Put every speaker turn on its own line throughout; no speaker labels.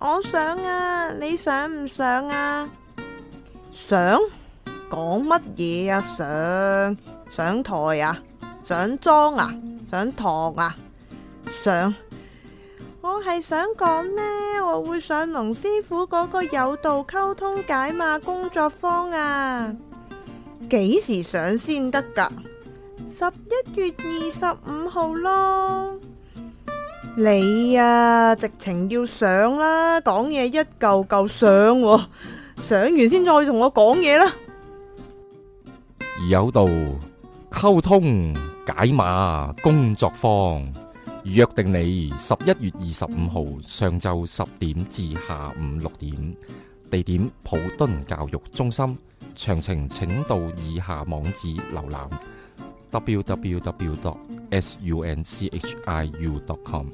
我想啊，你想唔想啊？想講乜嘢啊？上上台啊？上妝啊？上堂啊？上我係想講呢，我會上龍師傅嗰個有道溝通解碼工作坊啊！幾時上先得㗎？十一月二十五號咯。你啊，直情要上啦，講嘢一嚿嚿上喎，上完先再同我講嘢啦。
有道溝通解碼工作坊，約定你十一月二十五號上晝十點至下午六點，地點普敦教育中心。詳情請到以下網址瀏覽 www.sunchiu.com。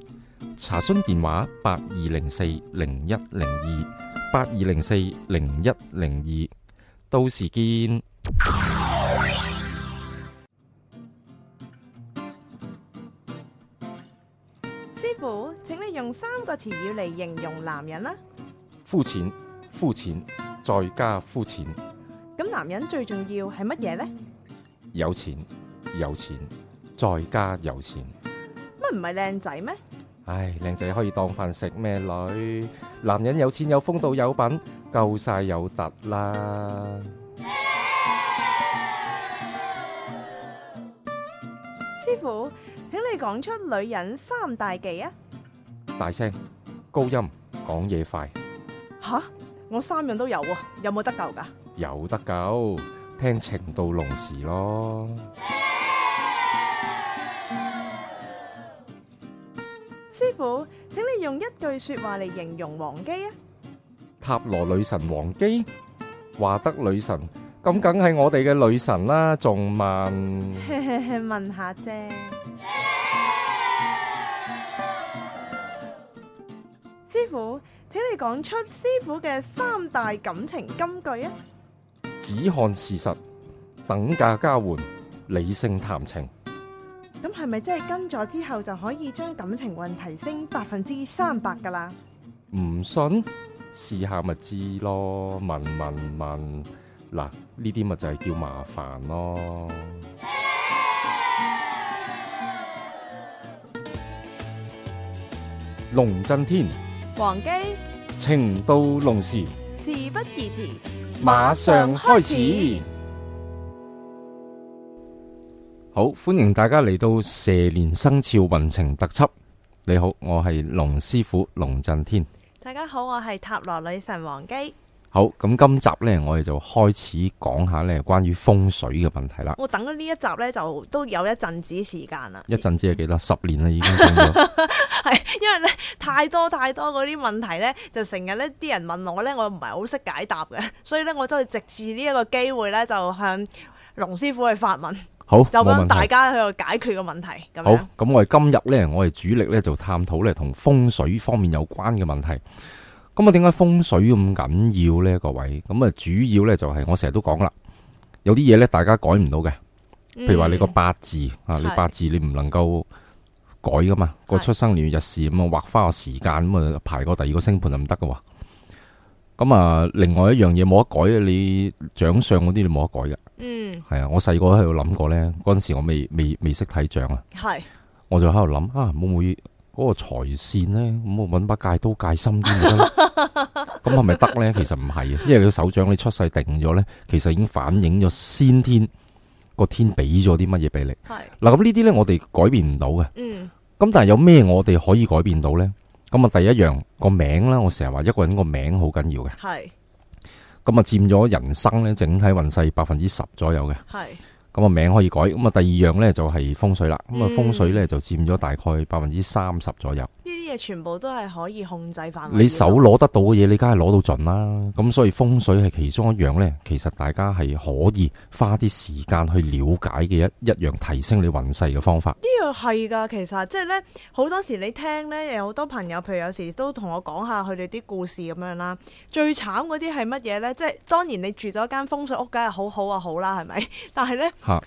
查詢電話八二零四零一零二八二零四零一零二，到時見。
師傅，請你用三個詞語嚟形容男人啦。
膚淺，膚淺，再加膚淺，
咁男人最重要係乜嘢呢？
有錢，有錢，再加有錢。
乜唔係靚仔咩？
唉，靚仔可以當飯食咩女？男人有錢有風度有品，夠晒有突啦。
師傅，請你講出女人三大忌啊！
大聲、高音、講嘢快，
吓，我三樣都有喎，有冇得救噶？
有得救，聽情到濃時咯。
師傅，請你用一句說話嚟形容王姬啊！
塔羅女神王姬，話得女神，咁梗係我哋嘅女神啦，仲問？
問下啫。師傅，請你講出師傅嘅三大感情金句啊！
只看事實，等價交換，理性談情。
咁係咪真係跟咗之後就可以將感情運提升百分之三百噶啦？
唔信，試下咪知咯，問問問，嗱呢啲咪就係叫麻煩咯。龍震天，
王姬
情到濃時，
事不宜遲，
馬上開始。好，歡迎大家嚟到蛇年生肖運程特輯。你好，我係龍師傅龍震天。
大家好，我係塔羅女神王姬。
好，咁今集呢，我哋就開始講下呢關於風水嘅問題啦。
我等咗呢一集呢，就都有一陣子時間啦。
一陣子係幾多？十年啦，已經講咗。
係因為咧太多太多嗰啲問題咧，就成日咧啲人問我咧，我唔係好識解答嘅，所以咧我真係藉住呢一個機會咧，就向龍師傅去發問，
好，
就
冇
幫
問
大
題。
家去度解決個問題咁
好
樣。，
咁我哋今日呢，我哋主力呢就探討呢同風水方面有關嘅問題。咁啊，點解風水咁緊要呢？各位，咁啊，主要呢就係我成日都講啦，有啲嘢呢大家改唔到嘅，譬如話你個
嗯
八字啊，你
係
八字你唔能夠改噶嘛，個
係
出生年月日時咁啊，劃花個時間咁啊，排個第二個星盤就唔得噶喎。咁啊，另外一樣嘢冇得改嘅，你掌相嗰啲你冇得改嘅。
嗯
係啊，我細個喺度諗過咧，嗰陣時我未未未識睇掌啊，
係
我就喺度諗啊，會唔會嗰個財線咧，咁我揾把戒刀戒深啲咪得咯？ 咁係咪得咧？其實唔係啊，因為個手掌你出世定咗咧，其實已經反映咗先天個天俾咗啲乜嘢俾你。
係
嗱，咁呢啲咧我哋改變唔到嘅。
嗯
咁但係有咩我哋可以改變到咧？咁啊，第一樣個名啦，我成日話一個人個名好緊要嘅。
係
咁啊，佔咗人生咧整體運勢百分之十左右嘅。
係
咁啊名可以改，咁啊第二樣呢就係風水啦。咁啊
嗯
風水呢就佔咗大概百分之三十左右。
呢啲嘢全部都係可以控制範圍。
你手攞得到嘅嘢，你梗係攞到盡啦。咁所以風水係其中一樣呢，其實大家係可以花啲時間去了解嘅一一樣提升你運勢嘅方法。
呢個係㗎，其實即係咧，好多時你聽咧，有好多朋友，譬如有時都同我講下佢哋啲故事咁樣啦。最慘嗰啲係乜嘢咧？即係當然你住咗間風水屋，梗係好好啊好啦，係咪？ 但係咧
嚇，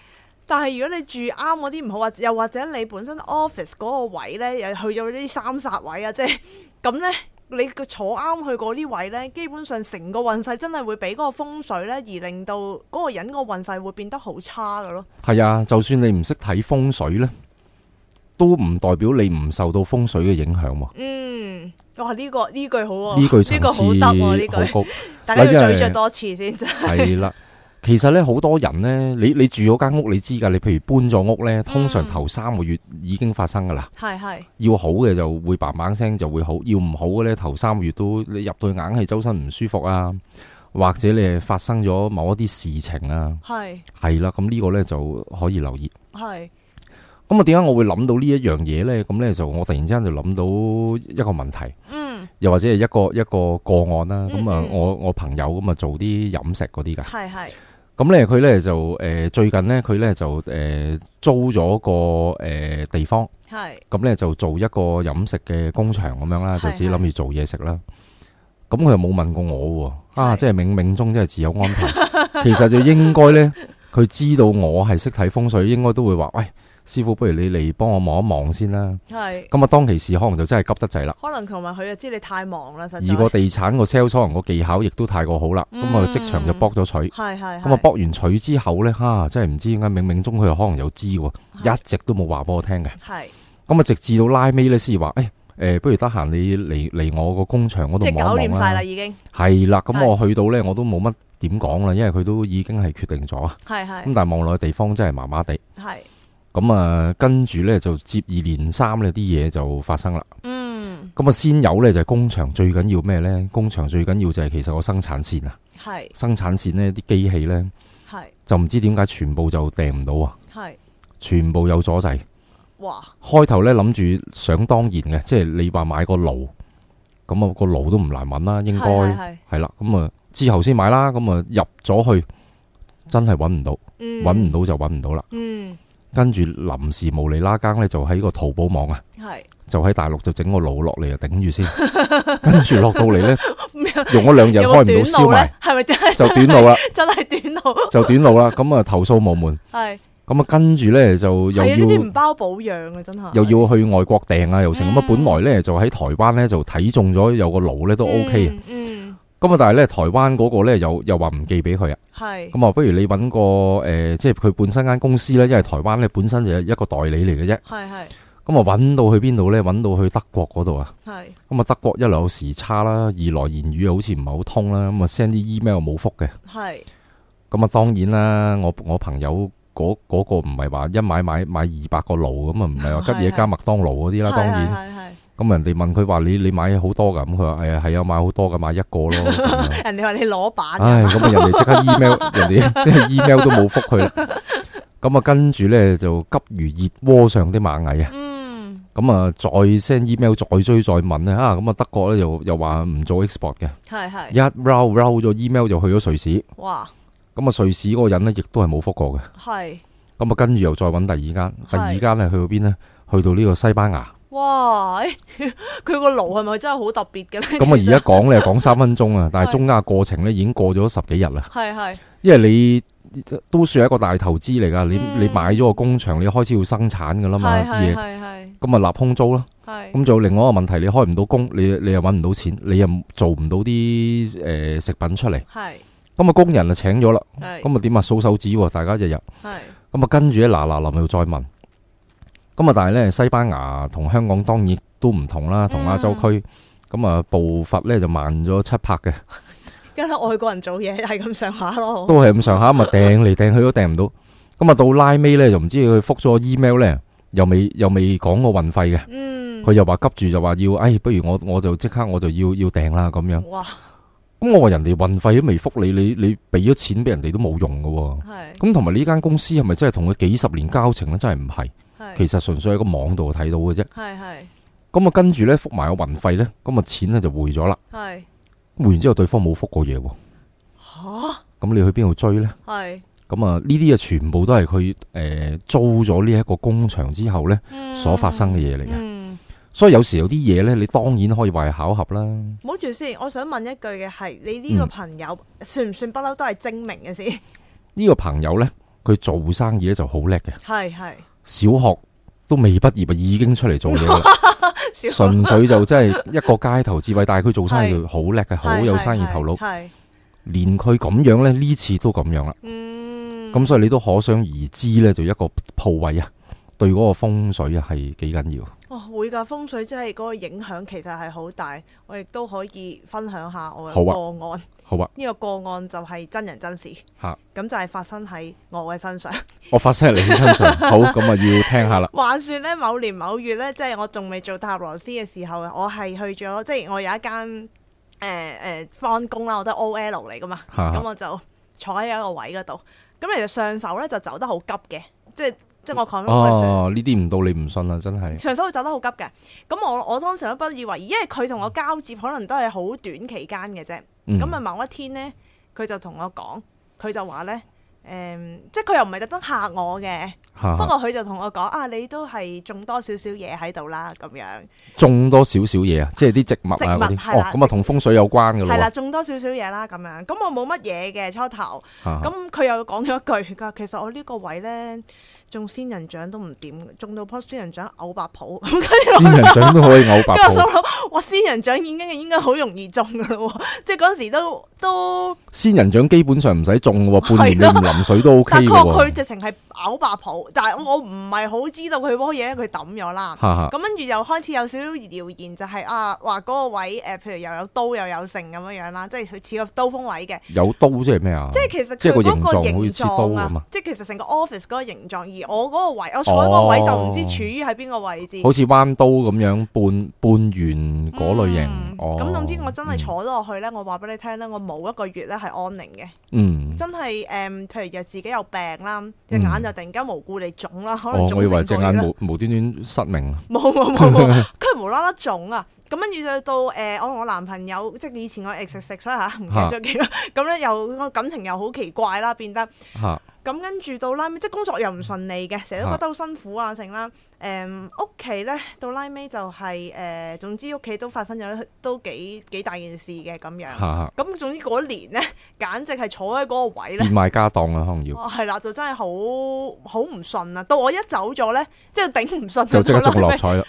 但係如果你住啱嗰啲唔好啊，又或者你本身 office 嗰個位咧，又去咗啲三煞位啊，即係咁咧，你個坐啱去嗰啲位呢，基本上成個運勢真係會俾嗰個風水呢，而令到嗰個人個運勢會變得好差嘅咯。
系啊，就算你唔識睇風水呢，都唔代表你唔受到風水嘅影響喎。
嗯，哇！呢、個呢句好啊，
呢句層
呢個
次
好得喎，呢
好
句
高，
大家
嗱因
要
為
咀嚼多次先真係。
係啦。其實呢，好多人呢，你你住嗰間屋，你知㗎。你譬如搬咗屋呢，通常
嗯
頭三個月已經發生㗎啦。
係係，
要好嘅就會嘭嘭聲就會好，要唔好嘅呢，頭三個月都你入到硬係周身唔舒服啊，或者你係發生咗某一啲事情啊，
係
係啦。咁呢個呢，就可以留意。
係
咁啊，點解我會諗到呢一樣嘢呢？咁呢，就我突然之間就諗到一個問題，
嗯
又或者係一個一個個案啦。咁啊
嗯，嗯
我我朋友咁啊做啲飲食嗰啲噶。
係係
咁呢，佢呢就誒最近呢，佢呢就誒租咗個誒地方，
係
咁呢就做一個飲食嘅工場咁樣啦，
係
就自己諗住做嘢食啦。咁佢又冇問過我喎，啊，
係
即係冥冥中真係自有安排。 其實就應該呢，佢知道我係識睇風水，應該都會話：喂，師傅，不如你嚟幫我望一望先啦。
係，
咁啊，當其時可能就真係急得滯啦，
可能同埋佢就知你太忙啦，實在
而個地產個 sales 可能個技巧亦都太過好啦，咁啊
嗯
即場就搏咗取。
係係
咁啊，搏完取之後呢，哈、真係唔知點解冥冥中佢又可能有知喎，
係
一直都冇話俾我聽嘅。
係
咁啊，直至到拉尾呢，先話，誒、哎誒，不如得閒你嚟嚟我個工場嗰
即
度
係搞
望一
掂
望
晒
啦
啦，。已經
係啦，咁
係
我去到呢，我都冇乜點講啦，因為佢都已經係決定咗。啊咁
係
但
係
係望落去地方真係麻麻地。
係
咁啊，跟住呢，就接二連三呢啲嘢就發生啦。
嗯
咁啊，先有呢，就係工場最緊要咩呢？工場最緊要就係其實個生產線啊，
係
生產線呢啲機器呢，
係
就唔知點解全部就訂唔到啊！
係
全部有阻滯。
哇
開頭呢諗住想當然嘅，即係你話買個爐，咁啊個爐都唔難揾啦，應該
係係係
係啦。咁啊之後先買啦，咁啊入咗去真係揾唔到，
嗯
揾唔到就揾唔到啦。
嗯
跟住臨時無厘啦更呢，就喺個淘寶網啊，
係
就喺大陸就整個爐落嚟啊，頂住先。跟住落到嚟呢，
咩啊
用咗兩日
有
開
冇
唔
短
到燒
路
埋
咧？，係咪真係
就短路啦，
真係短路？
就短路啦。咁啊投訴無門，
係
咁啊跟住呢，就
係
又
啊！呢
要
啲。唔包保養啊，真係
又要去外國訂啊，又成咁啊！
嗯
本來呢，就喺台灣呢，就睇中咗有個爐呢，都 OK 啊。
嗯嗯
咁啊，但係呢，台灣嗰個呢，又又話唔寄俾佢啊。
係
咁啊，不如你揾個誒、呃即係佢本身間公司呢，因為台灣呢本身就係一個代理嚟嘅啫。
係係
咁啊，揾到去邊度呢？揾到去德國嗰度啊。
係
咁啊，德國一來有時差啦，二來言語又好似唔係好通啦。咁啊，send 啲 email 冇覆嘅。
係
咁啊，當然啦，我我朋友嗰嗰、個唔係話一買買買二百個爐咁啊，唔係話吉野
哦
家、麥當勞嗰啲啦，當然。
係係
咁人哋問佢話你你買好多㗎，咁佢話係啊係啊買好多㗎，買一 個咯。咁樣
係人哋話你攞板啊
唉，咁啊人哋即刻 email，人哋 即係 email 都冇覆佢啦。咁啊跟住咧就急如熱鍋上啲螞蟻啊！
嗯
咁啊再 send email 再追再問咧啊！咁啊德國咧又又話唔做 export 嘅，
係係
一 round round 咗 email 就去咗瑞士。
哇
咁啊瑞士嗰個人咧亦都係冇覆過嘅。
係
咁啊跟住又再揾第二間，第二間咧去到邊咧？去到呢個西 班牙。
哇！欸佢個爐係咪真係好特別嘅咧？
咁啊而家講咧講三分鐘啊，但係
係
中間嘅過程咧已經過咗十幾日啦。
係係
因為你呃都算係一個大投資嚟噶，你
嗯
你買咗個工場，你開始要生產噶啦嘛
係
啲
係
嘢，
係係
咁啊咪立空租啦。
係
咁仲有另外一個問題，你開唔到工，你你又揾唔到錢，你又做唔到啲诶食品出嚟。
係
咁啊工人就請咗啦，
係
咁啊點啊數手指喎，大家日日
係
咁啊跟住咧嗱嗱臨又再問。咁啊但係咧西班牙同香港當然都唔同啦，同亞洲區咁啊步伐咧就慢咗七拍嘅，
因為外國人做嘢係咁上下咯，
都係咁上下，咪掟嚟掟去都掟唔到。咁啊，到拉尾咧，就唔知佢覆咗 email 咧，又未又未講個運費嘅，
嗯
佢又話急住就話要，哎，不如我我就即刻我就要要訂啦咁樣。
哇
咁我話人哋運費都未覆你，你你俾咗錢俾人哋都冇用嘅喎。
係
咁同埋呢間公司係咪真係同佢幾十年交情咧？真係唔係，
係
其實純粹喺個網度睇到嘅啫。
係係
咁啊，跟住咧覆埋個運費咧，咁啊錢咧就匯咗啦。
係
匯完之後對方冇覆過嘢喎，
嚇
咁你去邊度追咧？
係
咁啊，呢啲啊全部都係佢誒租咗呢一個工場之後呢
嗯
所發生嘅嘢嚟嘅。
嗯
所以有時有啲嘢呢，你當然可以話係巧合啦。
唔好住先，我想問一句嘅係，你呢個
嗯
朋友、算唔算不嬲都係精明嘅先？
呢個朋友呢，佢做生意呢就好叻嘅，
係係
小學都未畢業啊，已經出嚟做 嘢啦。純粹就真係一個街頭智慧，但係佢做生意就好叻嘅，好有生意頭腦。
系，
連佢咁樣呢，呢次都咁樣啦。
嗯，
咁所以你都可想而知呢，就一個鋪位啊，對嗰個風水啊係幾緊要。
哦會㗎，風水真係嗰個影響其實係好大，我亦都可以分享下我
好
嘅
啊
個案。
好啊，
呢、個個案就係真人真事，
嚇
咁就係發生喺我嘅身上。
我發生喺你身上，好咁啊，要聽下啦。
話說咧，某年某月咧，即係我仲未做塔羅師嘅時候，我係去咗，即係我有一間誒誒翻工啦，我都 O L 嚟噶嘛，
嚇
咁我就坐喺一個位嗰度。咁其實上手咧就走得好急嘅，即係即係我 confirm 佢上
哦，呢啲唔到你唔信啦，真係。
上手佢走得好急嘅。咁我我當時都不以為意，因為佢同我交接可能都係好短期間嘅啫。
嗯
咁啊、某一天呢，佢就同我講，佢就話呢，誒、即係佢又唔係特登嚇我嘅，
嚇
不過佢就同我講啊，你都係種多少少嘢喺度啦，咁樣
種多少少嘢啊，即係啲植物啊
植物
嗰啲。
係
哦
啦，
咁啊同風水有關嘅咯
係啦，
喎。
種多少少嘢啦，咁樣。咁我冇乜嘢嘅初頭，
嚇嚇
咁佢又講咗一句，佢話其實我呢個位呢，種仙人掌都唔掂，種到樖仙人掌嘔白泡。 咁跟住
仙人掌都可以嘔白
我，跟住我
泡。
心諗，哇！仙人掌已經應該好容易種噶咯喎， 即係嗰陣時都都，
仙人掌基本上唔使種嘅喎，半年
係啊
你唔淋水都 OK
但
嘅
係佢佢
喎。
直情係嘔白泡，但係我唔係好知道佢嗰嘢佢抌咗啦。
嚇嚇
咁跟住又開始有少少謠言，就係、啊話嗰個位誒、呃譬如又有刀又有剩咁樣樣啦，即係佢似個刀鋒位嘅。
有刀即係咩啊？
即係其實
即係
佢
個
嗰
形狀好
個
似
形
切刀
狀
咁
啊
啊，
即係其實成個 office 嗰個形狀，而我嗰個位，我坐嗰個位就唔知處於喺邊個位置。
好似彎刀咁樣半半圓哦嗰類型
嗯。
哦，
咁總之我真係坐咗落去咧，我話俾你聽咧，我冇一個月咧係安寧嘅，
嗯。嗯
真係誒、譬如又自己有病啦，隻
嗯
眼就突然間無故地腫啦，可能
哦，
腫
我以為隻
成個月
眼
啦
無無端端失明。啊
冇冇冇冇，佢係無啦啦腫啊！咁跟住就到誒、呃我同我男朋友即係以前我 ex 食啦嚇，唔記得咗幾多。 咁咧又個感情又好奇怪啦，變得
嚇
咁跟住到拉尾，即係工作又唔順利嘅，成日都覺得好辛苦啊，成啦。誒屋企咧到拉尾就係、誒、總之屋企都發生咗都幾幾大件事嘅咁樣
嚇。嚇，
咁總之嗰年咧，簡直係坐喺嗰個位咧
變。賣家當啊，可能要
哦，係啦，就真係好好唔順啊！到我一走咗咧，即係頂唔順，
就即刻中
到拉
六
尾
合彩啦。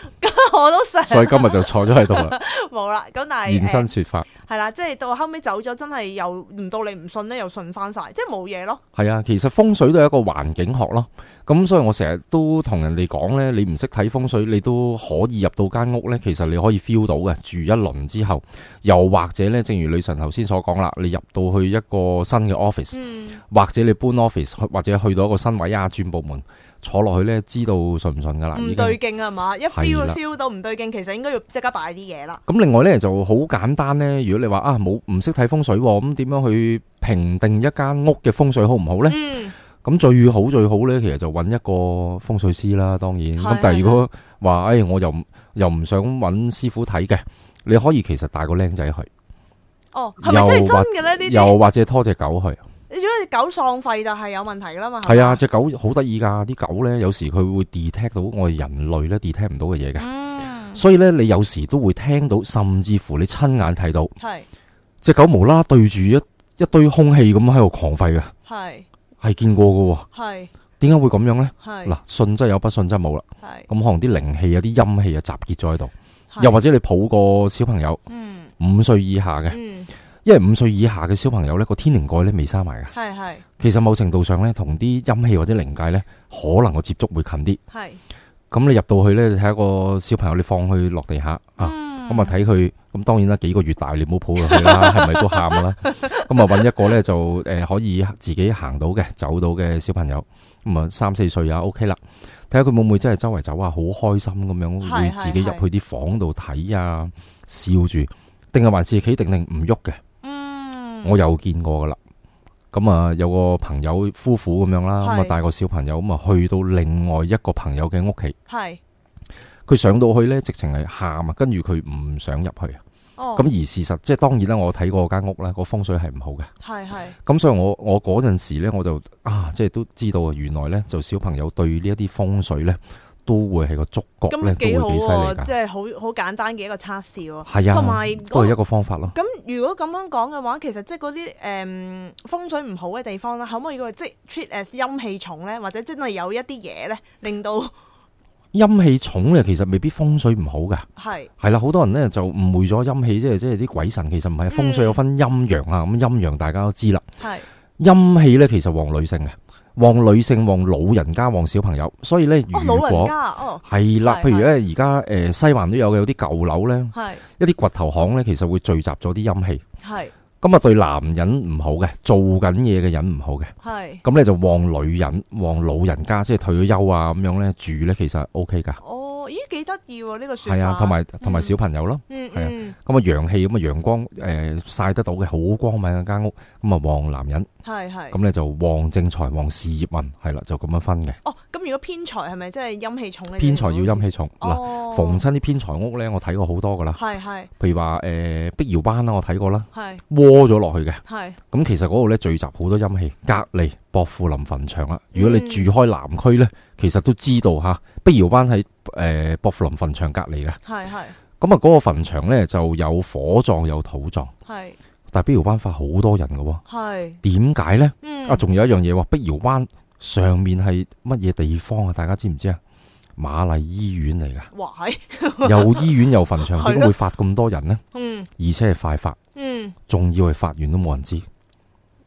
我都想
所以今日就坐咗喺度啦，
冇啦，咁但 係
現身
誒
說法。
係啦，即係到後尾走咗，真係又唔到你唔信咧，又信翻晒，即係冇嘢咯。
係啊，其實風水都係一個環境學咯。咁所以我成日都同人哋講呢，你唔識睇風水，你都可以入到間屋呢。其實你可以 feel 到嘅。住一輪之後，又或者呢，正如女神頭先所講啦，你入到去一個新嘅 office，
嗯，
或者你搬 office，或者去到一個新位啊，轉部門坐落去呢，知道順唔順噶啦。已
唔
經
對勁啊嘛，一
係
feel
啦
feel 到唔對勁，其實應該要即刻擺啲嘢啦。
咁另外呢，就好簡單呢。如果你話啊冇唔識睇風水喎，咁點樣去評定一間屋嘅風水好唔好呢？
嗯，
咁最好最好咧，其實就揾一個風水師啦，當然。
係
咁但係如果話，誒、我又唔又唔想揾師傅睇嘅，你可以其實帶個僆仔去，
哦，係咪真係真嘅咧？呢啲哦
又或者拖只狗去。
你如果狗喪肺就係有問題噶啦嘛。
係啊，
係嘛，
只狗好得意㗎，啲狗咧有時佢會 detect 到我哋人類咧 detect 唔到嘅嘢嘅，
嗯，
所以咧你有時都會聽到，甚至乎你親眼睇到
係
只狗無啦啦對住一一堆空氣咁喺度狂吠嘅，
係
係見過嘅喎。
係
點解會咁樣呢？
係
嗱，信則有，不信則冇啦。
係
咁可能啲靈氣有啲陰氣啊集結咗喺度。
係
又或者你抱個小朋友
嗯
五歲以下嘅，
嗯
因為五歲以下嘅小朋友呢個天靈蓋呢未閂埋嘅，
係係
其實某程度上呢，同啲陰氣或者靈界呢，可能個接觸會近啲。
係
咁你入到去呢，你睇下個小朋友，你放佢落地下啊，
嗯
咁啊睇佢，咁當然啦，幾個月大你唔好抱落去啦，係咪都喊㗎啦？ 咁啊揾一個呢，就誒可以自己行到嘅、走到嘅小朋友，咁啊三四歲啊 OK 啦，睇下佢會唔會真係周圍走啊，好開心咁樣，
係
會自己入
係係
去啲房度睇啊，笑住，定係還是企定定唔喐嘅？
嗯
我有見過噶啦。咁啊，有個朋友夫婦咁樣啦，咁啊
係
帶個小朋友咁啊去到另外一個朋友嘅屋企，
係
佢上到去呢，直情係喊啊，跟住佢唔想入去啊。
哦
咁、而事實即係當然啦，我睇過間屋啦，個風水係唔好嘅。
係係
咁所以我我嗰陣時呢，我就啊，即係都知道啊，原來呢，就小朋友對呢一啲風水呢，都會係個觸覺呢，
咁幾
都
好
會幾犀利
喎，
㗎。
即係好好簡單嘅一個測試喎。
係
同
啊，
埋
都係一
嗰
個方法咯。
咁如果咁樣講嘅話，其實即係嗰啲誒風水唔好嘅地方啦，可唔可以話即係 treat as 陰氣重咧，或者真係有一啲嘢咧，令到
陰氣重咧，其實未必風水唔好噶。
係
係啦，好多人咧就誤會咗陰氣，即係即係啲鬼神其實唔係風水有分陰陽啊，咁陰陽大家都知啦。
係
陰氣咧其實旺女性嘅，旺女性旺老人家旺小朋友，所以咧如
哦，老人
果
家哦，
係啦，
係
譬如咧而家誒西環都有嘅，有啲舊樓咧，
係
一啲掘頭巷咧，其實會聚集咗啲陰氣，
係
咁啊對男人唔好嘅，做緊嘢嘅人唔好嘅，
係
咁咧就旺女人、旺老人家，即係退咗休啊咁樣咧住咧，其實 O K 噶，
哦，咦幾得意喎呢個説法，
係啊，同埋同埋
嗯
小朋友咯。
嗯
係啊
嗯
咁啊陽氣咁啊陽光誒曬得到嘅好光猛嘅間屋，咁啊旺男人，
係係
咁咧就旺正財旺事業運，係啦就咁樣分嘅。
哦，咁如果偏財係咪真係陰氣重呢？哦
偏財要陰氣重嗱，
嗱
逢親啲偏財屋咧，我睇過好多噶啦，
係係
譬如話誒、呃碧瑤灣啦，啊我睇過啦，
係
窩咗落去嘅，
係
咁其實嗰度咧聚集好多陰氣。隔離薄扶林墳場啦，如
嗯
果你住開南區咧，其實都知道嚇，碧瑤灣喺誒、薄扶林墳場隔離嘅，咁
係
啊
係
嗰個墳場咧就有火葬有土葬，
係
但係碧瑤灣發好多人嘅喎。
係
點解呢？
嗯
啊，仲有一樣嘢喎，碧瑤灣上面係乜嘢地方啊？大家知唔知啊？瑪麗醫院 嚟噶，
哇哎係
又醫院又墳場，
係咯
點解會發咁多人呢？
嗯
而且係快發，
嗯
仲要係發完都冇人知。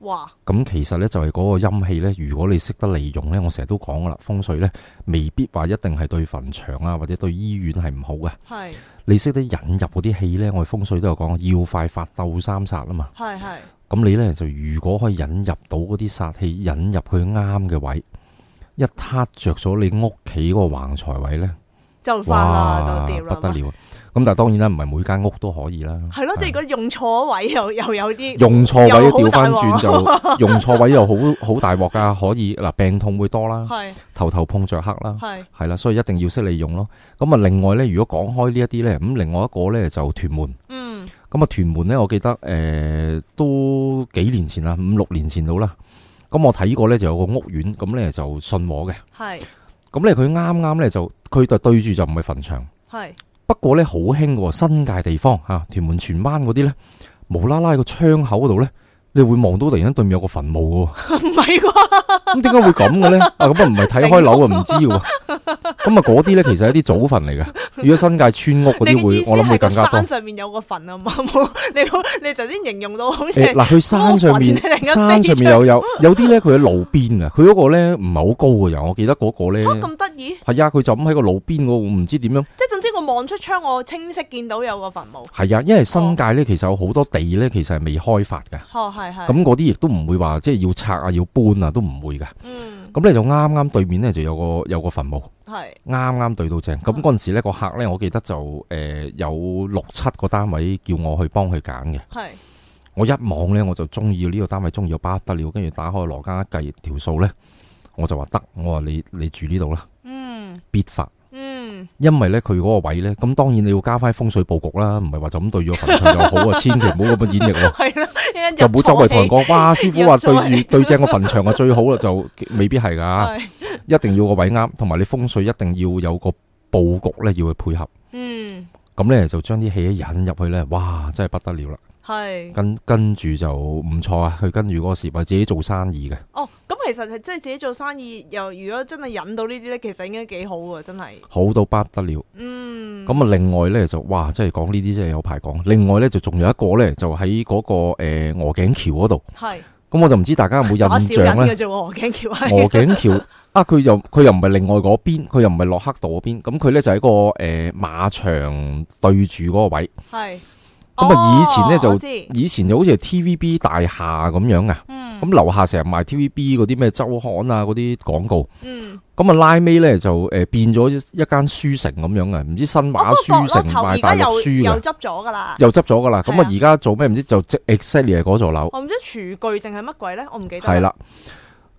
哇
咁其實呢，就係嗰個陰氣呢。如果你識得利用呢，我成日都講噶啦，風水呢，未必話一定係對墳場啊或者對醫院係唔好嘅。
係
你識得引入嗰啲氣呢，我哋風水都有講，要快發鬥三殺啊嘛。
係係
咁你呢，就如果可以引入到嗰啲煞氣，引入去啱嘅位，一撻着咗你屋企個橫財位呢，
就發啦
哇，
就掂啦，
不得了！咁但係當然啦，唔係每間屋都可以 啦。
係咯，即係如
係
果用錯位又又有啲
用錯位
又好
調
大
翻
鑊
轉就用錯位又好好大鑊噶，可以嗱病痛會多啦，
係
頭頭碰着黑啦，
係
係啦，所以一定要識利用咯。咁啊，另外呢，如果講開呢一啲呢，咁另外一個呢，就屯門。
嗯
咁啊，屯門呢，我記得誒、呃都幾年前啦，五六年前到啦。咁我睇過呢，就有個屋苑，咁呢就信和嘅。
係
咁呢，佢啱啱呢，就佢就對住就唔係墳場，
係
不過呢，好興嘅喎，新界地方嚇、屯門荃灣嗰啲呢，無啦啦喺個窗口嗰度呢，你會望到突然間對面有個墳墓嘅喎。
唔係啩？
咁點解會咁 嘅咧？啊，咁啊唔係睇開樓啊，唔知嘅喎。咁啊，嗰啲咧其實係一啲祖墳嚟嘅。如果新界村屋嗰
你
啲
嘅意
會，
思
我諗會
係個
更加多
山。上面有個墳啊嘛？冇你好， 你頭先形容到好似啊
誒，嗱，佢山上面
嗰個墳突然間
山上
飛出
面又有有啲咧，佢喺路邊啊。佢嗰個咧唔係好高嘅，又我記得嗰個咧
嚇哦咁得意，
係啊，佢就咁喺個路邊嗰度，唔知點樣
即係總之我望出窗，我清晰見到有個墳墓。
係啊。因為新界咧，其實有好多地咧，其實係未開發嘅。
哦，係係。
咁嗰啲亦都唔會話即係要拆啊，要搬啊，都唔會嘅。
嗯，
咁咧就啱啱對面咧就有個有個墳墓。
係
啱啱對到正，咁
嗯
嗰陣時呢個客呢，我記得就誒、呃有六七個單位叫我去幫佢揀嘅。
係
我一望呢，我就中意呢個單位，中意到不得了。跟住打開羅家計條數呢，我就話得，我話你你住呢度啦，
嗯
必發。
嗯
因為呢，佢嗰個位呢，咁當然你要加翻風水佈局啦，唔係話就咁對咗個墳場就好啊，千祈唔好咁樣演 繹喎。
係啦，一陣
就唔好周圍同人 講，哇！師傅話
入錯
對住對正個墳場啊最好啦，就未必係㗎，
係
一定要個位啱，同埋你風水一定要有個佈局呢，要去配合。
嗯
咁咧就將啲氣一引入去咧，哇！真係不得了啦。
係
跟跟住就唔錯啊，佢跟住嗰個事，咪自己做生意嘅，
哦，咁其實係即係自己做生意，又如果真係引到呢啲咧，其實應該幾好喎，真係。
好到不得了。
嗯，
咁啊，另外咧就哇，真係講呢啲真係有排講。另外咧就仲有一個咧，就喺嗰、個誒鵝頸橋嗰度。
係
咁我就唔知大家 有冇
打
印
小人
象
嘅
咧？
啫喎，驚橋
鵝
係
頸橋啊，佢又佢又唔係另外嗰邊，佢又唔係洛克道嗰邊，咁佢咧就喺個誒、馬場對住嗰個位。
係。
咁啊以前呢
哦
就
我知
以前就好似係 TVB 大廈咁樣啊。
嗯
咁樓下成日賣 TVB 嗰啲咩周刊啊嗰啲廣告，
嗯，
咁啊拉尾咧就誒變咗一一間書城咁樣啊，唔知新
我
華
哦嗰
書
個角落
城
頭而
賣
家
大陸
又
書啊
又
嘅，
執咗噶啦，
又執咗噶啦。咁
係
啊
啊
而家做咩唔知就即 exactly 係嗰座樓
我唔知廚具定係乜鬼咧，我唔記得。
係，啦。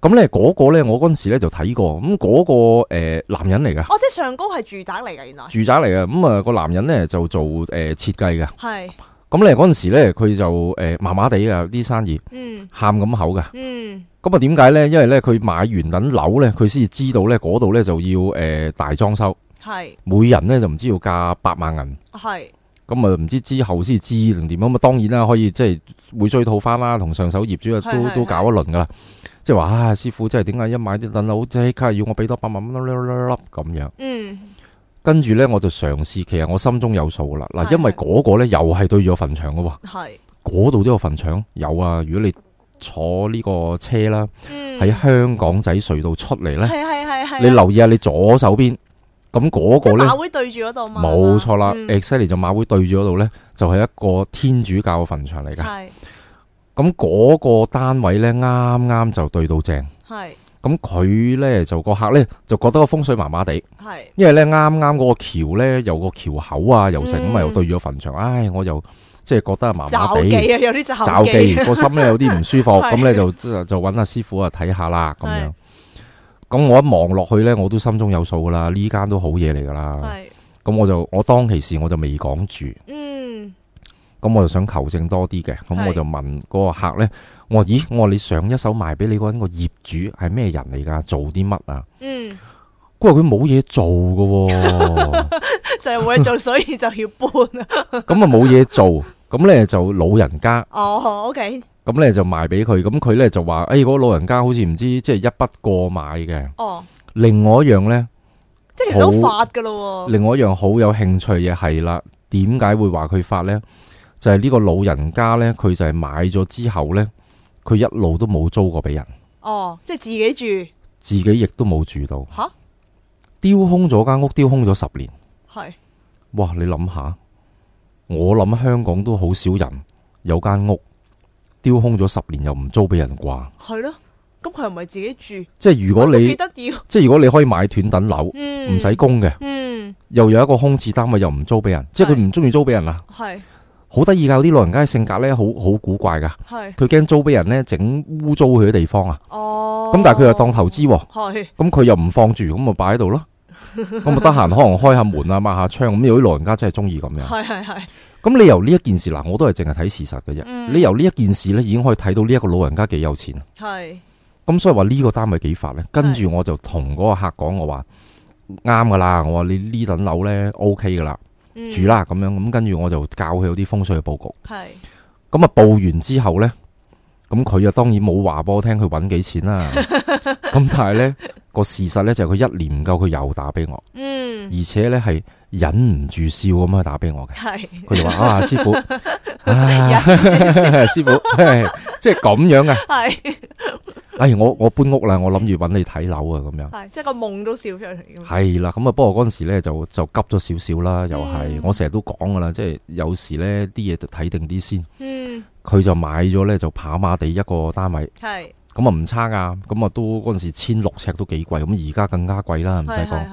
咁咧嗰個咧我嗰陣時咧就睇過，咁嗰個誒男人嚟噶，
哦，即係上高係住宅嚟㗎，原來
住宅嚟嘅，咁啊個男人咧就做誒設計嘅。
係，
咁咧嗰陣時咧佢就誒麻麻地嘅啲生意，
嗯
喊咁口嘅。
嗯，
咁啊，點解呢？因為呢，佢買完等樓呢，佢先至知道呢嗰度呢就要诶、呃大裝修，
係
每人呢就唔知要價八萬銀。
係
咁啊，唔知之後先知定點咁啊？當然啦，可以即係會追討翻啦，同上手業主啊
係
都
係
都搞一輪噶啦。即係啊話啊，師傅，即係點解一買啲等樓即刻要我俾多八萬蚊粒粒粒粒粒咁樣？
嗯
跟住呢，我就嘗試，其實我心中有數啦。嗱，
係
啊因為嗰個呢又係對住個墳場嘅喎，
係，
嗰度都有墳場，有啊。如果你坐呢個車啦，
嗯，
喺香港仔隧道出嚟呢，
係係係係，
啊你留意下你左手邊，咁嗰
即係
個呢，
馬會對住嗰度嘛，
冇錯啦
嗯
，exactly 就馬會對住嗰度呢，就係一個天主教嘅墳場嚟㗎。
係
咁嗰個單位呢，啱啱就對到正，
係
咁佢呢，就個客呢，就覺得個風水麻麻地。
係
因為咧啱啱嗰個橋咧有個橋口啊，又成
嗯
咁啊，又對住個墳場，唉，我又即係覺得麻麻
罩
地，
記啊，有啲罩
罩 忌
記，
個心咧有啲唔舒服，
係
咁咧就就就揾阿師傅啊睇下啦，咁樣
係。
咁我一望落去咧，我都心中有數噶啦，呢間都好嘢嚟噶啦。
係
咁我就我當其時我就未講住，
嗯
咁我就想求證多啲嘅，咁
係
我就問嗰個客咧，我話咦，我話你上一手賣俾你嗰個業主係咩人嚟㗎？做啲乜啊？
嗯，
佢話佢冇嘢做 㗎喎。
就係會做，所以就要搬啊。
咁啊冇嘢做，咁咧就老人家，
哦，OK，
咁咧就賣俾佢，咁佢咧就話：，诶、嗰、個老人家好似唔知即係一筆過買嘅。
哦，
另外一樣咧，
即係其實都發噶咯喎。
另外一樣好有興趣嘅係啦，點解會話佢發咧？就係呢個老人家咧，佢就係買咗之後咧，佢一路都冇租過俾人，
哦，即係自己住
自己亦都冇住到，
吓，
丟空咗間屋，丟空咗十年。
係
哇！你諗下，我諗香港都好少人有間屋丟空咗十年又唔租俾人啩。
係咯。咁佢又唔係自己住，
即係如果
都幾
你
得意喎。
即係如果你可以買斷等樓，
嗯，
唔使。供嘅，
嗯，
又有一個空置單位又唔租俾人，即係佢唔中意租俾人啦。
係
好得意㗎，有啲老人家嘅性格呢，好好古怪㗎。
係。
佢驚租俾人呢，整污糟佢嘅地方啊。
哦。
咁但係佢又當投資喎，
係
咁佢又唔放住，咁咪擺喺度咯。咁咪得閒可能開下門啊，抹下窗。咁有啲老人家真係中意咁樣。
係係係。
咁你由呢一件事嗱，我都係淨係睇事實嘅啫。
嗯
你由呢一件事呢，已經可以睇到呢一個老人家幾有錢。
係
咁所以話呢個單位幾發呢？跟住我就同嗰個客講，我話啱噶啦，我話你呢等樓呢 OK 噶啦，
嗯
住啦咁樣。咁跟住我就教佢有啲風水嘅佈局。
係
咁啊報完之後呢，咁佢啊當然冇話俾我聽佢揾幾錢 啦。咁但係呢個事實呢，就係佢一年唔夠，佢又打俾我，
嗯
而且呢係忍唔住笑咁樣打俾我嘅。
係
佢就話啊師傅，唉 師傅， 即係咁樣啊！
係
唉，我我搬屋啦，我諗住揾你睇樓啊咁樣。
係，即係個夢都笑出嚟咁。
係啦，咁啊，不過嗰陣時咧就就急咗少少啦，又係、
嗯
我成日都講噶啦，即係有時咧啲嘢就睇定啲先。
嗯
佢就買咗咧就跑馬地一個單位，
係
咁啊唔差噶，咁啊都嗰陣時千六尺都幾貴，咁而家更加貴啦，唔使
係
講
係。係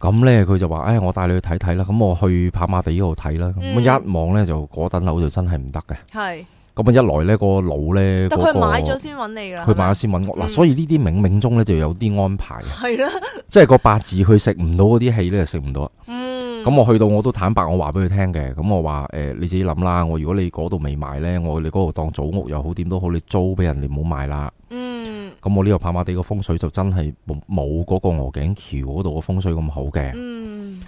咁咧佢就話：，唉、我帶你去睇睇啦。咁我去跑馬地嗰度睇啦。咁、
嗯
一望咧就嗰等樓就真係唔得嘅。
係，
咁啊一來咧、個佬咧
但
嗰
佢
個
買咗先揾你㗎啦。
佢買咗先揾我嗱，
嗯
所以呢啲冥冥中咧就有啲安排嘅，
係啦。
即係個八字佢食唔到嗰啲氣咧就食唔到。啊
嗯。
咁我去到我都坦白，我話俾佢聽嘅。咁我話誒、你自己諗啦。我如果你嗰度未賣呢，我你嗰度當祖屋又好，點都好，你租俾人哋唔好賣啦。
嗯
咁我呢度跑馬地個風水就真係冇冇嗰個鵝頸橋嗰度個風水咁好嘅。咁、
嗯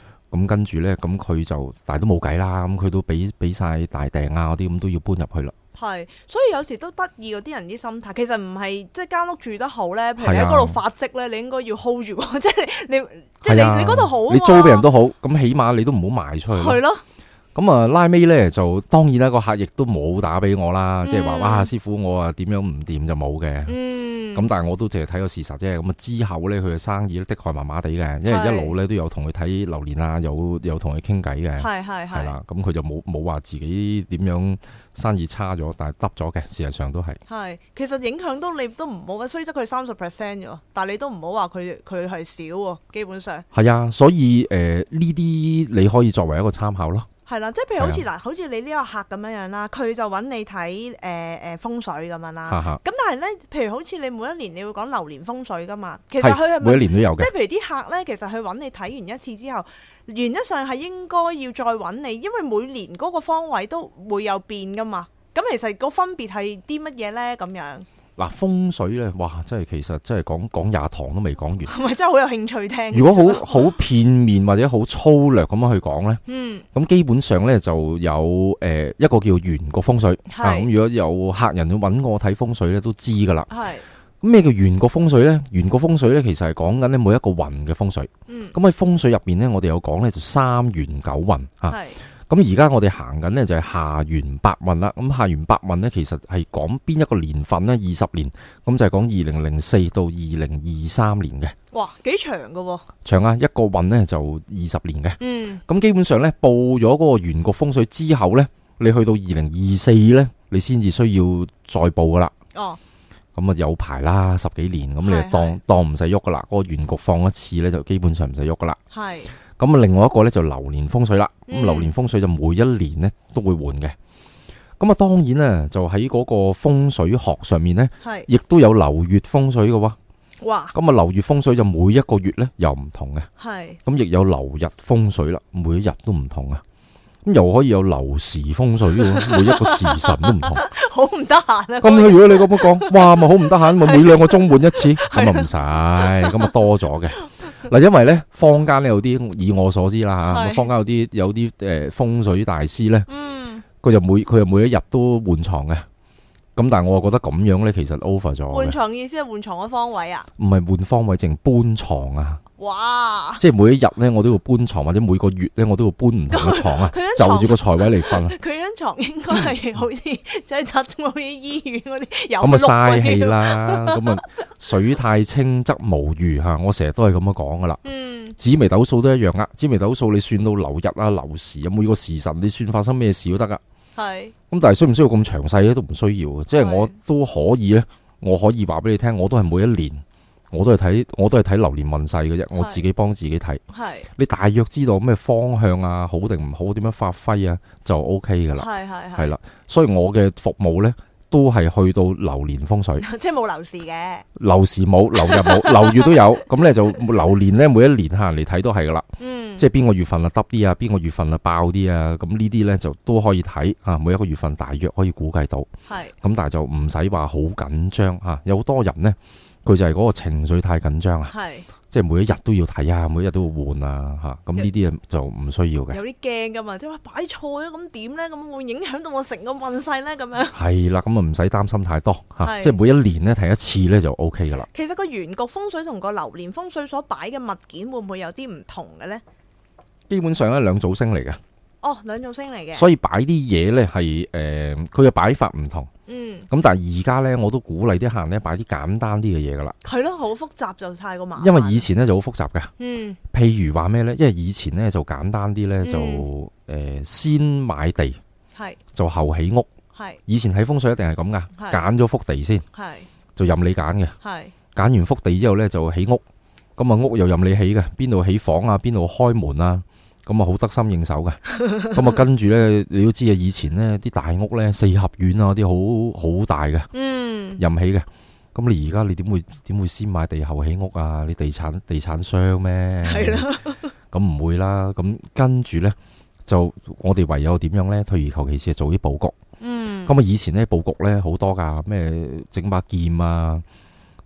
跟住呢，咁佢就但係都冇計啦。咁佢都俾俾曬大訂啊嗰啲，咁都要搬入去啦。
係，所以有時都得意嗰啲人啲心態，其實唔係即係間屋住得好咧，譬如
係
你喺
啊
嗰度發跡咧，你應該要 hold 住 嗰，即係你即係
係啊
你你嗰度好啊嘛，
你租俾人都好，咁起碼你都唔好賣出去啦
係咯，
咁啊，拉尾咧就當然啦，個客亦都冇打俾我啦，即係話
嗯
哇，師傅我啊點樣唔掂就冇嘅。
嗯，
咁但係我都淨係睇個事實啫。咁啊之後咧，佢嘅生意咧的確麻麻地嘅，因為
係
一路咧都有同佢睇榴蓮啊，有有同佢傾偈嘅，
係係
係
係
啦。咁佢就冇冇話自己點樣生意差咗，但係得咗嘅，事實上都係。
係，其實影響到你都唔好嘅，雖則佢三十 percent 啫喎，但係你都唔好話佢佢係少喎，基本上
係啊，所以誒呢啲你可以作為一個參考咯。
係啦，即係譬如好
啊
似嗱，好似你呢個客咁樣樣啦，佢就揾你睇誒誒風水咁樣啦。
哈哈，
咁但係咧，譬如好似你每一年你會講流年風水噶嘛，其實佢係
係
咪
每一年都有
即
嘅。
係譬如啲客咧，其實去揾你睇完一次之後，原則上係應該要再揾你，因為每年嗰個方位都會有變噶嘛。咁其實個分別係啲乜嘢咧？咁樣
嗱風水咧，哇！真係其實真係講講廿堂都未講完。
係咪真係好有興趣聽？
如果好好片面或者好粗略咁樣去講呢，
嗯
咁基本上呢就有誒、呃一個叫圓角風水
係
啊啊。咁如果有客人要揾我睇風水呢，都知噶啦。
係
咁咩叫圓個風水呢？圓個風水呢，其實係講緊呢每一個運嘅風水。
嗯，
咁喺風水入邊呢，我哋有講呢就三元九運啊。
係
咁而家我哋行緊呢，就係下元八運啦。咁下元八運呢，其實係講邊一個年份呢？二十年，咁就係講二零零四到二零二三年嘅。
哇，幾長噶喎。
長啊，一個運呢就二十年嘅。
嗯，
咁基本上呢，報咗嗰個原局風水之後呢，你去到二零二四呢，你先至需要再報噶啦。
哦，
咁啊有排啦，十幾年咁你
係
就當當唔使喐噶啦。嗰、個原局放一次呢，就基本上唔使喐噶啦。
係，
咁啊，另外一個呢，就流年風水啦。咁
嗯
流年風水就每一年呢都會換嘅。咁啊，當然啊，就喺嗰個風水學上面呢，
係，
亦都有流月風水嘅喎。
哇，
咁啊，流月風水就每一個月呢又唔同嘅。
係，
咁亦有流日風水啦，每一日都唔同啊。咁又可以有流時風水嘅喎，每一個時辰都唔同。
好唔得閒 啊。
咁如果你咁樣講，哇，咪好唔得閒，咪每兩個鐘換 一次，咁啊唔使，咁啊多咗嘅。嗱，因為咧坊間咧有啲，以我所知啦嚇，
係
咁坊間有啲有啲誒風水大師咧，
嗯，
佢就每佢就每一日都換床嘅。咁但係我覺得咁樣咧，其實 over 咗
換
嘅，
床意思係換床嘅方位啊。
唔係換方位，淨搬床啊！
哇，
即係每一日咧，我都要搬床，或者每個月咧，我都要搬唔同嘅 床啊，
佢張
就住
床。
個財位嚟 瞓啊，
佢張床應該係好似即係特種好似醫院嗰啲有
咁
碌
啊
嗰
嘥
啲
氣啦，咁啊水太清則無魚嚇，我成日都係咁樣講噶啦。
嗯，
紫微斗數都一樣啊！紫微斗數你算到流日啊、流時啊，每個時辰你算發生咩事都得噶。
係
咁但係需唔需要咁詳細咧？都唔需要啊嘅，即係
係
我都可以咧，我可以話俾你聽，我都係每一年，我都係睇，我都係睇流年運勢嘅啫，我自己幫自己睇。
係
你大約知道咩方向啊，好定唔好，點樣發揮啊，就 O K 噶啦，
係係
係啦。所以我嘅服務呢，都係去到流年風水。
係，即係冇樓市嘅。
流時冇，流日冇，流月都有，咁咧就流年呢，每一年下嚟睇都係噶啦。
嗯，
即係邊個月份啊，得啲啊，邊個月份啊，爆啲啊，咁呢啲呢，就都可以睇啊，每一個月份大約可以估計到，咁
係
但係就唔使話好緊張啊。有好多人呢，佢就係嗰個情緒太緊張啊，
係
即係每一日都要睇啊，每一日都要換啊，嚇咁呢啲啊就唔需要嘅。
有啲驚噶嘛，即係話擺錯咗咁點咧？咁會影響到我成個運勢咧咁樣。
係啦，咁啊唔使擔心太多嚇，
係
即係每一年呢睇一次呢就 O K 噶啦。
其實個原局風水同個流年風水所擺嘅物件會唔會有啲唔同嘅咧？
基本上呢兩組星嚟嘅，
哦，兩種星嚟嘅。
所以擺啲嘢呢係誒佢嘅擺法唔同。
嗯，
咁但係而家呢，我都鼓勵啲客人呢擺啲簡單啲嘅嘢噶啦。
係咯，好複雜就太過麻煩。
因為以前咧就好複雜嘅，
嗯
譬如話咩呢？因為以前呢就簡單啲呢，
嗯
就誒、呃先買地
係
就後起屋。
係
以前睇風水一定係咁噶，
係
揀咗幅地先
係
就任你揀嘅，
係
揀完幅地之後呢，就起屋，咁啊屋又任你起嘅，邊度起房啊，邊度開門啊，咁啊好得心應手 嘅。咁啊跟住呢，你都知啊，以前呢啲大屋呢，四合院啊啲好好大嘅。
嗯
任起嘅。咁你而家你點會點會先買地後起屋啊？你地產地產商咩？
係啦。
咁唔會啦。咁跟住呢，就我哋唯有點樣呢？退而求其次，做啲佈局。
嗯
咁啊，以前呢，佈局呢好多㗎，咩整把劍啊，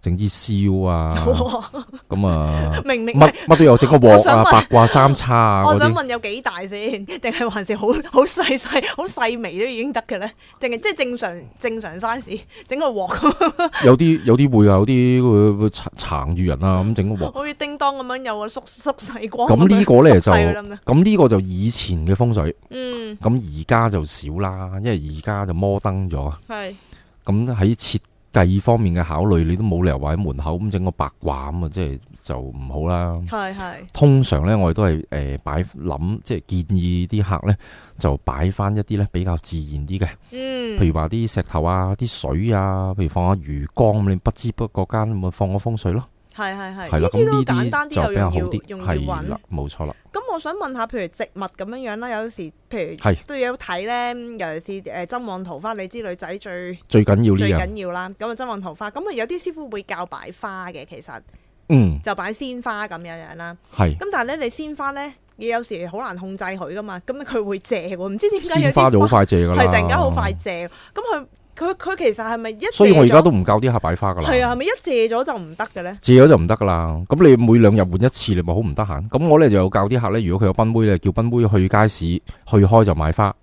整支簫啊，
哇，
咁啊
明明
乜乜都有，整個
我
鑊
想
啊、
問
八卦三叉啊
我
嗰
想
啲。
問有幾大先， 定係還是好好細細、好細微都已經得嘅咧？定係即係正常正常 size，整個鑊咁，
有啲有啲會啊，有啲會會撐撐住人啊，咁整個鑊。
好似叮當咁樣有個縮縮細光樣。
咁呢個
縮
呢
細佢咁樣
咁呢個就以前嘅風水。
嗯
咁而家就少啦，因為而家就摩登咗啊。
係
咁喺設計方面嘅考慮，你都冇理由話喺門口咁整個八卦咁啊，即係就唔好啦。
係係
通常呢，我哋都係誒擺諗，即係建議啲客呢，就擺翻一啲呢比較自然啲嘅，
嗯，
譬如話啲石頭啊、啲水啊，譬如放下魚缸咁，你不知不覺間咁咪放個風水咯。
係係係
係啦，咁
都
呢
簡單啲
啲
又
就比較好
容
啲，
易容易
係
揾
啦。，冇錯啦。
咁我想問下，譬如植物咁樣樣啦，有時譬如
係
都有睇咧，尤其是誒針旺桃花，你知女仔最
最緊要
最
呢樣，
緊要啦。咁啊針旺桃花，咁啊有啲師傅會教擺花嘅，其實。
嗯，
就擺鮮花咁樣樣啦。
係
咁但係咧，你鮮花咧，你有時好難控制佢噶嘛。咁佢會謝喎，唔知點解有
鮮
啲
花就好快謝㗎啦，
係突然間好快。謝。咁佢佢佢其實係咪一
所以我而家
都
都唔教啲客擺花噶啦。
係啊，係咪一謝咗就唔得嘅咧？
借咗就唔得噶啦。咁你每兩日換一次，你咪好唔得閒。咁我咧就有教啲客咧，如果佢有賓妹咧，叫賓妹去街市去開就買花，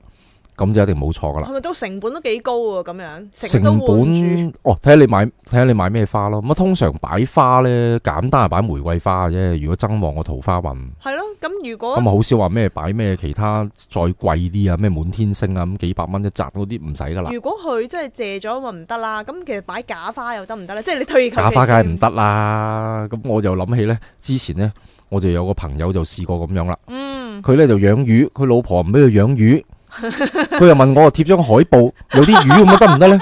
咁就一定冇錯噶啦。
係咪都成本都幾高喎？咁樣
成
都換住，
本哦，睇下你買睇下你買咩花咯。咁啊，通常擺花咧，簡單係擺玫瑰花嘅啫。如果增旺個桃花運，
係咯。咁如
咁啊
果
好少話咩擺咩其他再貴啲啊，咩滿天星啊，咁幾百蚊一扎嗰啲唔使噶啦。
如果佢真係借咗咪唔得啦。咁其實擺假花又得唔得咧？即係你退求
假
其
花梗係
次
唔。得啦。咁我就諗起咧，之前咧我就有個朋友就試過咁樣啦。
嗯，
佢咧就養魚，佢老婆唔俾佢養魚， 佢又問我貼張海報，有啲魚咁啊得唔得咧？